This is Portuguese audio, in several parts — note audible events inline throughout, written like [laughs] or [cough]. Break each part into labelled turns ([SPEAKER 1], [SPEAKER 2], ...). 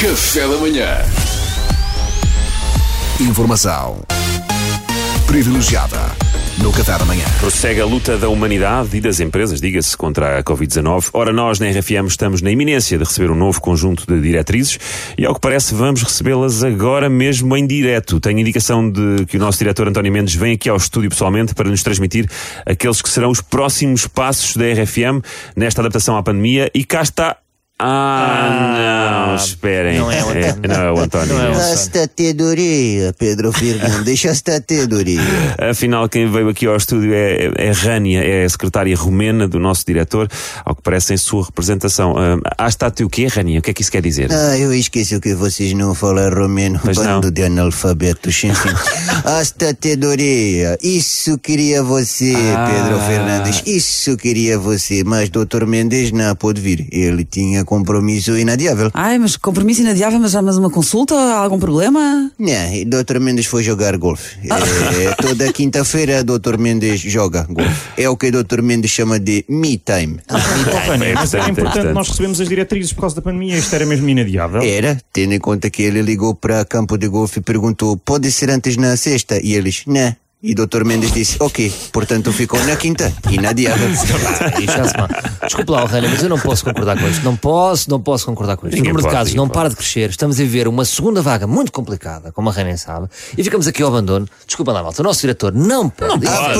[SPEAKER 1] Café da manhã.
[SPEAKER 2] Informação privilegiada no Qatar da Manhã.
[SPEAKER 3] Prossegue a luta da humanidade e das empresas, diga-se, contra a Covid-19. Ora, nós na RFM estamos na iminência de receber um novo conjunto de diretrizes e, ao que parece, vamos recebê-las agora mesmo em direto. Tenho indicação de que o nosso diretor António Mendes vem aqui ao estúdio pessoalmente para nos transmitir aqueles que serão os próximos passos da RFM nesta adaptação à pandemia e cá está. Ah,
[SPEAKER 4] Ah,
[SPEAKER 3] não, esperem.
[SPEAKER 4] não é o António.
[SPEAKER 3] não é o António.
[SPEAKER 4] Não é o António.
[SPEAKER 5] Esta teoria, Pedro Firmino, [laughs] deixa esta teoria.
[SPEAKER 3] Afinal, quem veio aqui ao estúdio é, é Rania, é a secretária romena do nosso diretor, ao que parece em sua representação. Ah, estátua o quê, Rania? O que é que isso quer dizer?
[SPEAKER 5] Ah, eu esqueci que vocês não falam romeno,
[SPEAKER 3] Pois não.
[SPEAKER 5] bando de analfabetos, enfim.
[SPEAKER 3] [laughs]
[SPEAKER 5] Esta teoria, isso queria você,
[SPEAKER 3] Ah.
[SPEAKER 5] Pedro Fernandes, isso queria você, mas Dr. Mendes não pôde vir, ele tinha compromisso inadiável.
[SPEAKER 6] Ai, mas compromisso inadiável, mas, mas uma consulta, há algum problema?
[SPEAKER 5] Né, e Dr. Mendes foi jogar golfe.
[SPEAKER 3] Ah.
[SPEAKER 5] É, toda quinta-feira, Dr. Mendes joga golfe. É o que Dr. Mendes chama de me time.
[SPEAKER 3] importante,
[SPEAKER 4] António, mas era
[SPEAKER 3] é
[SPEAKER 4] importante
[SPEAKER 3] importante.
[SPEAKER 4] nós recebemos as diretrizes por causa da pandemia. Isto era mesmo inadiável.
[SPEAKER 3] É.
[SPEAKER 5] Era, tendo em conta que ele ligou para campo de golfe e perguntou: pode ser antes na sexta? E eles: né. E Dr. Mendes disse: ok, portanto ficou na quinta e na
[SPEAKER 3] [laughs]
[SPEAKER 5] diária.
[SPEAKER 7] é assim, Pá, isto está-se mal. Desculpe lá, Rana, mas eu não posso concordar com isto. Não posso, não posso concordar com isto.
[SPEAKER 3] Ninguém
[SPEAKER 7] o número
[SPEAKER 3] pode,
[SPEAKER 7] de casos
[SPEAKER 3] ninguém
[SPEAKER 7] não
[SPEAKER 3] pode.
[SPEAKER 7] para de crescer. Estamos a viver uma segunda vaga muito complicada, como a Rana sabe, e ficamos aqui ao abandono. Desculpa lá, malta. O nosso diretor não pode.
[SPEAKER 5] A
[SPEAKER 3] não pode,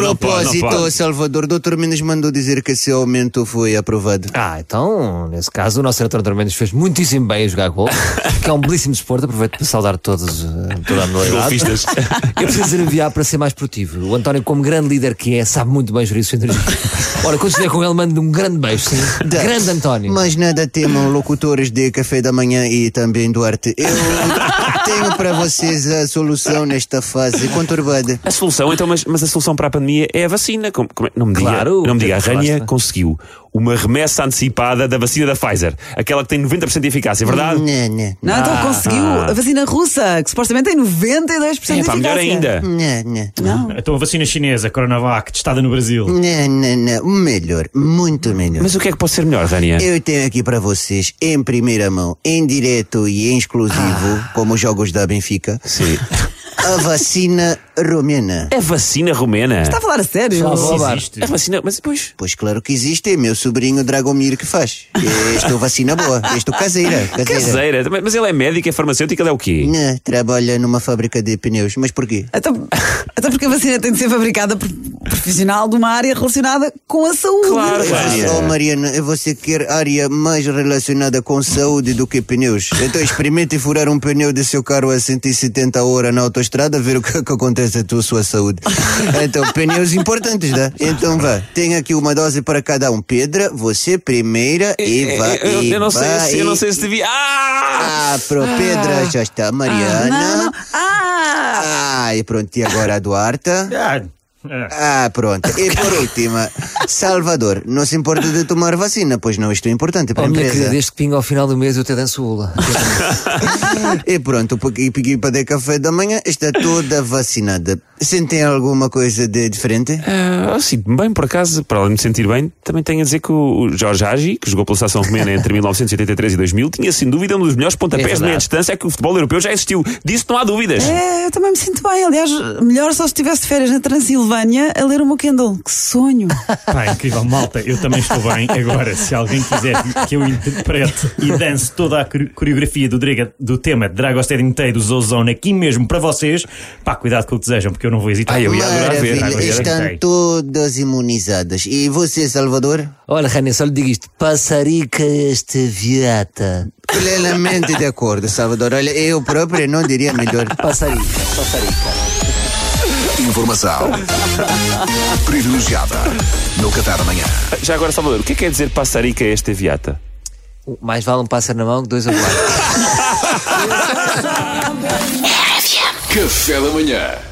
[SPEAKER 5] propósito,
[SPEAKER 3] não pode.
[SPEAKER 5] Salvador, Dr. Mendes mandou dizer que esse aumento foi aprovado.
[SPEAKER 7] Ah, então, nesse caso, o nosso diretor António Mendes fez muitíssimo bem a jogar golfe, que é um belíssimo desporto. Aproveito para saudar todos, eh, toda a modalidade.
[SPEAKER 3] Golfistas.
[SPEAKER 7] Eu preciso aliviar para ser mais produtivo. O António, como grande líder que é, sabe muito bem gerir a sua energia. Ora, quando estiver com ele, mando um grande beijo, sim. Grande António.
[SPEAKER 5] Mas nada temam locutores de café da manhã e também Duarte.
[SPEAKER 3] [laughs]
[SPEAKER 5] Eu tenho para vocês a solução nesta fase conturbada.
[SPEAKER 3] A solução, então, mas, mas a solução para a pandemia é a vacina. Como- como é- não me diga,
[SPEAKER 7] Claro,
[SPEAKER 3] não me diga. A
[SPEAKER 7] Pedro
[SPEAKER 3] Rania
[SPEAKER 7] Costa.
[SPEAKER 3] conseguiu uma remessa antecipada da vacina da Pfizer, aquela que tem 90% de eficácia, é verdade?
[SPEAKER 5] Né, né.
[SPEAKER 6] Não,
[SPEAKER 3] Ah.
[SPEAKER 6] então conseguiu a vacina russa, que supostamente tem 92% de
[SPEAKER 3] É, pá,
[SPEAKER 6] eficácia.
[SPEAKER 3] melhor ainda.
[SPEAKER 5] Né, né.
[SPEAKER 4] Então a vacina chinesa, Coronavac, testada no Brasil.
[SPEAKER 5] Né, né, né. Melhor, muito melhor.
[SPEAKER 3] Mas o que é que pode ser melhor, Rania?
[SPEAKER 5] Eu tenho aqui para vocês, em primeira mão, em direto e em exclusivo, como os jogos da Benfica,
[SPEAKER 3] Sim.
[SPEAKER 5] a vacina romena.
[SPEAKER 3] É vacina romena.
[SPEAKER 6] Está a falar a sério?
[SPEAKER 7] Está a falar.
[SPEAKER 4] Isso
[SPEAKER 7] Roubar.
[SPEAKER 4] existe.
[SPEAKER 3] É vacina, mas depois.
[SPEAKER 5] Pois claro que existe, é meu sobrinho Dragomir que faz. Estou vacina boa, estou caseira. Caseira.
[SPEAKER 3] Caseira. Também- Mas ele é médico, é farmacêutico, ele é o quê?
[SPEAKER 5] Né, trabalha numa fábrica de pneus, mas porquê?
[SPEAKER 6] Até, [laughs] até Então, porque a vacina tem de ser fabricada por profissional de uma área relacionada com a saúde.
[SPEAKER 3] Claro,
[SPEAKER 5] É,
[SPEAKER 3] claro.
[SPEAKER 5] Oh Mariana, você quer área mais relacionada com saúde do que pneus? Então experimente furar um pneu do seu carro a 170 horas na autoestrada, ver o que, que acontece à tua sua saúde. Então, pneus importantes, né? Então vá, tem aqui uma dose para cada um. Pedra, você primeira e vá.
[SPEAKER 3] É, Eu- eu,
[SPEAKER 5] e
[SPEAKER 3] eu não sei
[SPEAKER 5] vá,
[SPEAKER 3] se, eu
[SPEAKER 5] e-
[SPEAKER 3] não sei se devia. Ah!
[SPEAKER 5] Ah, pro Pedra, já está, Mariana.
[SPEAKER 6] Não, não. Ah!
[SPEAKER 5] Ah, e pronto, e agora a Duarte?
[SPEAKER 4] Ah,
[SPEAKER 3] é.
[SPEAKER 4] ah.
[SPEAKER 5] Ah, pronto. E por última, Salvador, não se importa de tomar vacina, pois não, isto é importante para
[SPEAKER 7] Oh,
[SPEAKER 5] a
[SPEAKER 7] minha querida,
[SPEAKER 5] empresa.
[SPEAKER 7] desde que pinga ao final do mês eu até danço ula.
[SPEAKER 5] E pronto, porque a equipa de café da manhã está toda vacinada. Sentem alguma coisa de diferente?
[SPEAKER 3] Ah, eu sinto-me bem, por acaso, para além de me sentir bem, também tenho a dizer que o o Jorge Agi, que jogou pela seleção romena entre [laughs] 1983 e 2000, tinha sem dúvida um dos melhores
[SPEAKER 7] É
[SPEAKER 3] pontapés de
[SPEAKER 7] verdade.
[SPEAKER 3] meia distância que o futebol europeu já existiu. Disso não há dúvidas.
[SPEAKER 6] É, eu também me sinto bem. Aliás, melhor só se estivesse de férias na Transilvânia a ler o meu Kindle.
[SPEAKER 3] [laughs]
[SPEAKER 6] Que sonho!
[SPEAKER 4] Pá, é incrível, malta, eu também estou bem. Agora, se alguém quiser que eu interprete e dance toda a core- coreografia do, drega- do tema Dragostea inteiro, Zozone, aqui mesmo para vocês, pá, cuidado com o que desejam, porque eu não vou hesitar.
[SPEAKER 3] Ah, eu ia adorar ver.
[SPEAKER 5] Maravilha,
[SPEAKER 3] Agora
[SPEAKER 5] estão todas imunizadas. E você, Salvador?
[SPEAKER 7] Olha, Rania, só lhe digo isto: passarica esta viata.
[SPEAKER 5] Plenamente de acordo, Salvador. Olha, eu próprio não diria melhor.
[SPEAKER 7] Passarica, passarica.
[SPEAKER 2] Informação privilegiada no Qatar da Manhã.
[SPEAKER 3] Já agora, Salvador, o que é que quer dizer passarica a esta viata?
[SPEAKER 7] Uh, Mais vale um pássaro na mão que dois a voar.
[SPEAKER 1] Café da manhã.